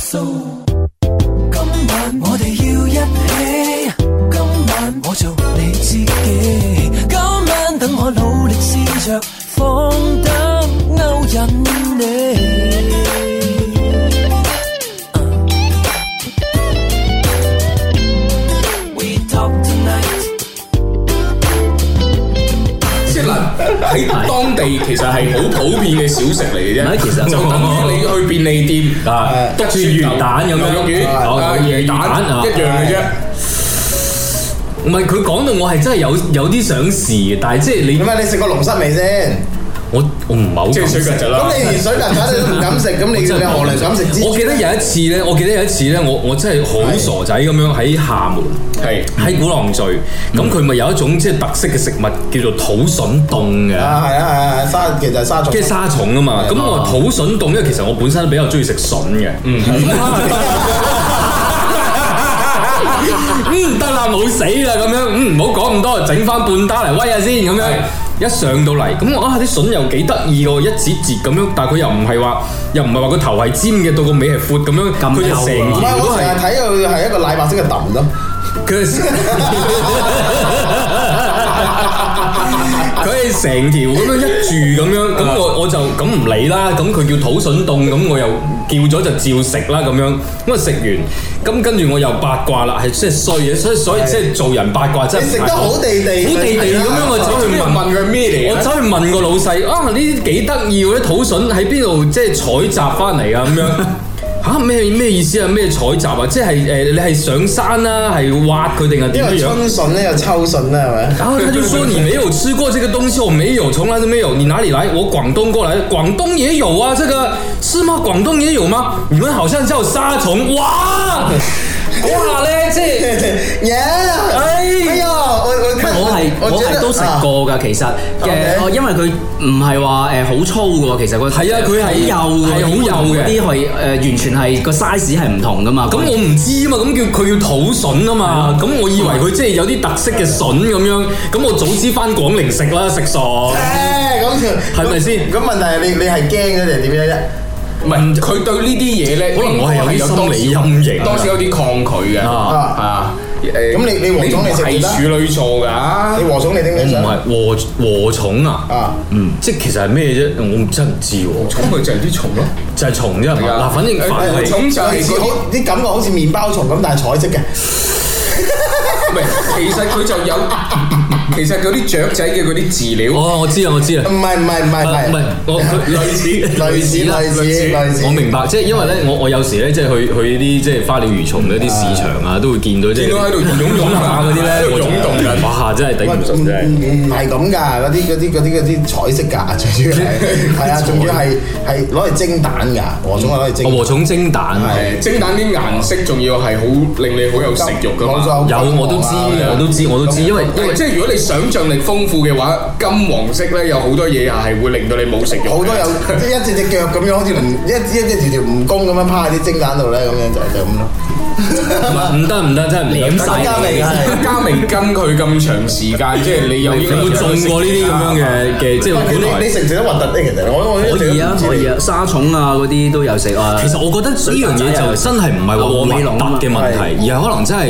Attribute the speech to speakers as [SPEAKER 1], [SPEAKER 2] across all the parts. [SPEAKER 1] 素。今晚我哋要一起，今晚我做你知己。今晚等我努力試着放膽勾引你。We talk tonight。
[SPEAKER 2] 即係嗱，喺當地其實係好普遍嘅小食嚟嘅
[SPEAKER 3] 唔
[SPEAKER 2] 啫
[SPEAKER 3] 係，其實哦
[SPEAKER 2] 就等於你去便利店
[SPEAKER 3] 啊
[SPEAKER 2] 得
[SPEAKER 3] 住魚蛋咁樣
[SPEAKER 2] 牛肉丸
[SPEAKER 3] 哦
[SPEAKER 2] 啊
[SPEAKER 3] 有
[SPEAKER 2] 魚
[SPEAKER 3] 魚蛋
[SPEAKER 2] 蛋
[SPEAKER 3] 啊
[SPEAKER 2] 一樣嘅啫。
[SPEAKER 3] 唔係佢講到我係真係有有啲想試嘅，但係即係你
[SPEAKER 4] 咁啊，你食過龍蝨未先？
[SPEAKER 3] 我我唔係好
[SPEAKER 2] 即係
[SPEAKER 3] 敢
[SPEAKER 2] 水
[SPEAKER 3] 食
[SPEAKER 2] 曱甴啦
[SPEAKER 4] 咁。你連水曱甴你都唔敢食，咁你
[SPEAKER 3] 我真
[SPEAKER 4] 你
[SPEAKER 3] 係
[SPEAKER 4] 何嚟敢食
[SPEAKER 3] 我
[SPEAKER 4] 蜘
[SPEAKER 3] 記得有一次咧，我記得有一次咧，我我真係好傻仔咁樣喺廈門，
[SPEAKER 2] 係
[SPEAKER 3] 喺鼓浪嶼，咁佢咪有一種即係特色嘅食物叫做土筍凍嘅。
[SPEAKER 4] 啊，係啊係啊，係啊沙其實係沙蟲。
[SPEAKER 3] 跟住沙蟲啊嘛，咁我土筍凍，因為其實我本身比較中意食筍嘅。 嗯，得啦，冇死啦咁樣，嗯，唔好講咁多，整翻半打嚟威下先咁樣。一上到嚟，咁我啊啲筍又幾得意喎，一節節咁樣，但係佢又唔係話，又唔係話個頭係尖嘅，到個尾係闊咁樣，
[SPEAKER 5] 咁
[SPEAKER 3] 佢就
[SPEAKER 5] 幼
[SPEAKER 3] 成
[SPEAKER 5] 啊
[SPEAKER 4] 唔
[SPEAKER 3] 條
[SPEAKER 4] 係，
[SPEAKER 3] 都
[SPEAKER 4] 我成
[SPEAKER 3] 係
[SPEAKER 4] 日睇佢係一個奶白色嘅揼咯。
[SPEAKER 3] 佢 係佢係成條咁樣一住咁樣，咁啊我我就咁唔理啦。咁佢叫土筍凍，咁我又叫咗就照食啦咁樣。咁啊食完，咁跟住我又八卦啦，係即係衰嘢，所以所以即係做人八卦真係
[SPEAKER 4] 你食
[SPEAKER 3] 唔
[SPEAKER 4] 得
[SPEAKER 3] 太
[SPEAKER 4] 好地地，
[SPEAKER 3] 好地地咁樣，我走去問
[SPEAKER 2] 問佢咩嚟嘅
[SPEAKER 3] 我走去問個老細啊，呢啲幾得意喎，啲土筍喺邊度即係採集翻嚟啊咁樣。 吓咩咩意思啊？咩採集啊？即係誒、你係上山啦、係挖佢定係
[SPEAKER 4] 因
[SPEAKER 3] 點樣？
[SPEAKER 4] 為春筍咧又秋筍啦， 係咪？
[SPEAKER 3] 然啊后他就说你没有吃过这个东西，我没有，从来都没有。你哪里来？我广东过来，广东也有啊，这个是吗？广东也有吗？你们好像叫沙虫，哇哇嘞，这
[SPEAKER 4] 耶！哎呀，我我看
[SPEAKER 5] 我係我
[SPEAKER 4] 覺
[SPEAKER 5] 係
[SPEAKER 4] 得
[SPEAKER 5] 都食過
[SPEAKER 3] 啊
[SPEAKER 5] 㗎，其實嘅
[SPEAKER 4] OK
[SPEAKER 5] 我因為佢唔係話誒好粗嘅喎，其實個
[SPEAKER 3] 係啊佢係
[SPEAKER 5] 好幼嘅，
[SPEAKER 3] 係好幼嘅
[SPEAKER 5] 嗰啲係誒完全係個 size 係唔同㗎嘛。
[SPEAKER 3] 咁我唔知啊嘛，咁叫佢叫土筍啊嘛，咁我以為佢即係有啲特色嘅筍咁樣，咁我早知翻廣寧食啦，食傻。
[SPEAKER 4] 誒咁
[SPEAKER 3] 係咪先
[SPEAKER 4] 咁問題係你你係驚嗰定係點樣啫？
[SPEAKER 2] 唔係佢對呢啲嘢咧，
[SPEAKER 3] 可能我係有啲心理陰影
[SPEAKER 2] 當時有啲抗拒嘅。
[SPEAKER 3] 啊
[SPEAKER 4] 啊，
[SPEAKER 2] 啊，誒
[SPEAKER 4] 咁你你黃總你食唔得
[SPEAKER 2] 唔係處女座㗎
[SPEAKER 4] 你。和蟲你點
[SPEAKER 3] 我
[SPEAKER 4] 樣想？
[SPEAKER 3] 唔係禾禾蟲啊，
[SPEAKER 4] 啊，
[SPEAKER 3] 嗯，即係其實係咩啫？我真係唔知喎，
[SPEAKER 2] 蟲咪就係啲蟲咯，
[SPEAKER 3] 就係蟲啫係
[SPEAKER 2] 係
[SPEAKER 3] 嘛？
[SPEAKER 2] 啊
[SPEAKER 3] 嗱，反正凡
[SPEAKER 2] 誒
[SPEAKER 3] 係。
[SPEAKER 2] 蟲就係
[SPEAKER 4] 類
[SPEAKER 2] 嗰
[SPEAKER 4] 似好
[SPEAKER 2] 啲
[SPEAKER 4] 啲感覺好似麵包蟲咁，但係彩色嘅。
[SPEAKER 2] 唔係，其實佢就有，其實嗰啲雀仔嘅嗰啲飼料，
[SPEAKER 3] 哦，我知啦，我知啦。
[SPEAKER 4] 唔係唔係唔係
[SPEAKER 3] 啊唔係，我佢 類似
[SPEAKER 4] 類似
[SPEAKER 3] 啦
[SPEAKER 4] 類似類似
[SPEAKER 3] 我明白，即係因為咧，我我有時咧，即係去去啲即係花鳥魚蟲嗰啲市場啊，都會見到即係
[SPEAKER 2] 見到喺度湧
[SPEAKER 3] 湧
[SPEAKER 2] 湧
[SPEAKER 3] 下嗰啲咧，我就
[SPEAKER 2] 湧動緊
[SPEAKER 3] 哇！真係頂唔順，真係。
[SPEAKER 4] 唔係咁㗎，嗰啲嗰啲嗰啲嗰啲彩色㗎，最主要係係啊，仲要係係攞嚟蒸蛋㗎，和蟲係攞嚟蒸
[SPEAKER 3] 我。禾蟲蒸蛋
[SPEAKER 2] 誒蒸蛋啲顏色仲要係好令你好有食慾㗎嘛。
[SPEAKER 3] 有我都知，
[SPEAKER 4] 啊
[SPEAKER 3] 我都知，我都知，因為因為
[SPEAKER 2] 即係如果你想像力豐富嘅話，金黃色咧有好多嘢係會令到你冇食慾嘅。
[SPEAKER 4] 好多有一隻隻腳咁樣，好似唔一一隻條條蜈蚣咁樣趴喺啲蒸蛋度咧，咁樣就就咁咯。
[SPEAKER 3] 唔係唔得唔得，真係唔得
[SPEAKER 5] 舐晒
[SPEAKER 4] 加味㗎， 係
[SPEAKER 2] 嘉明跟佢咁長時間，即係你有
[SPEAKER 3] 啊你
[SPEAKER 2] 應該
[SPEAKER 3] 有冇中過呢啲咁
[SPEAKER 2] à.
[SPEAKER 3] 樣嘅嘅，即係
[SPEAKER 4] 喂
[SPEAKER 3] 本
[SPEAKER 4] 你
[SPEAKER 3] 來
[SPEAKER 4] 你。食唔食得核突咧？其實我我一
[SPEAKER 5] 可
[SPEAKER 4] 直都
[SPEAKER 5] 以啊
[SPEAKER 4] 唔，知
[SPEAKER 5] 可以啊，沙蟲啊嗰啲都有食啊。
[SPEAKER 3] 其實我覺得呢樣嘢就真係唔啊係話我核突嘅問題，而係可能真係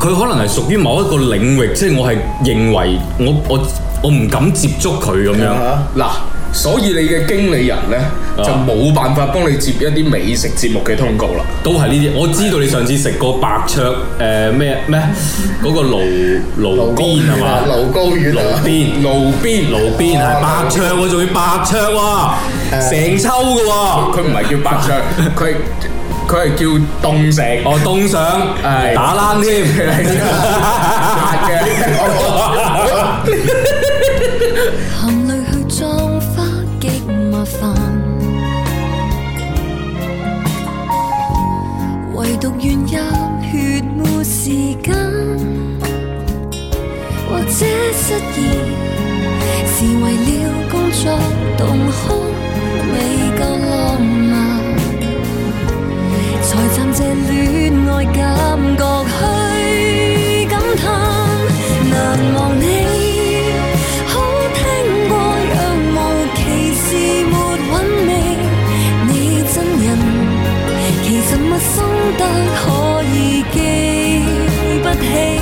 [SPEAKER 3] 佢可能係屬於某一個領域，即係我係認為我我我唔敢接觸佢咁樣。
[SPEAKER 4] 啊
[SPEAKER 2] 嗱，所以你嘅經理人咧就冇辦法幫你接一啲美食節目嘅通告啦。
[SPEAKER 3] 都係呢啲，我知道你上次食過白灼誒咩咩嗰個爐爐邊係嘛？
[SPEAKER 4] 盧高遠啊
[SPEAKER 3] 爐邊啊
[SPEAKER 2] 路邊
[SPEAKER 3] 爐邊係白灼喎，仲要白灼喎，成抽嘅喎，
[SPEAKER 2] 佢唔係叫白灼，佢佢係叫凍食。
[SPEAKER 3] 哦凍上
[SPEAKER 2] 係
[SPEAKER 3] 打冷添，
[SPEAKER 2] 辣嘅，
[SPEAKER 6] 含淚去葬花極麻煩，唯獨願入血沒時間，或者失意是為了工作動空未夠浪漫，才暫借戀愛感覺去感嘆，難忘你。好聽過，若無其事沒韻味。你真人，其實得可以記不起，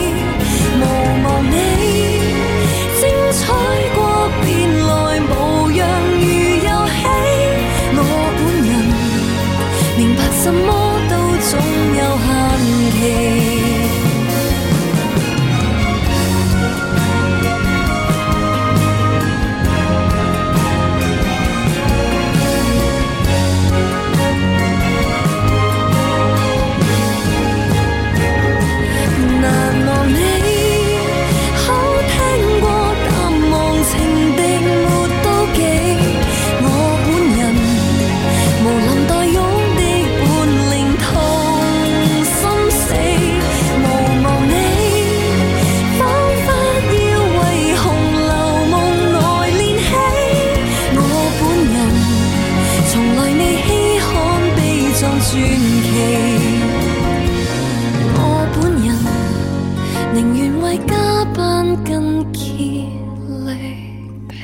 [SPEAKER 6] 無望你精彩過，變來無恙如遊戲。我本人明白什麼都總有限期。難忘你，好聽過，淡忘情定沒妒忌。我本人無能代用的本領，痛心死。無望你，彷彿要為紅樓夢來練起。我本人從來未稀罕悲壯傳奇。我本人寧願為加班更竭力疲。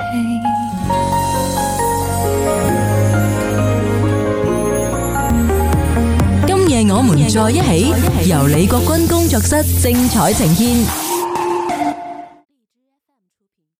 [SPEAKER 7] 今夜我們在一起，由李國君工作室精彩呈現。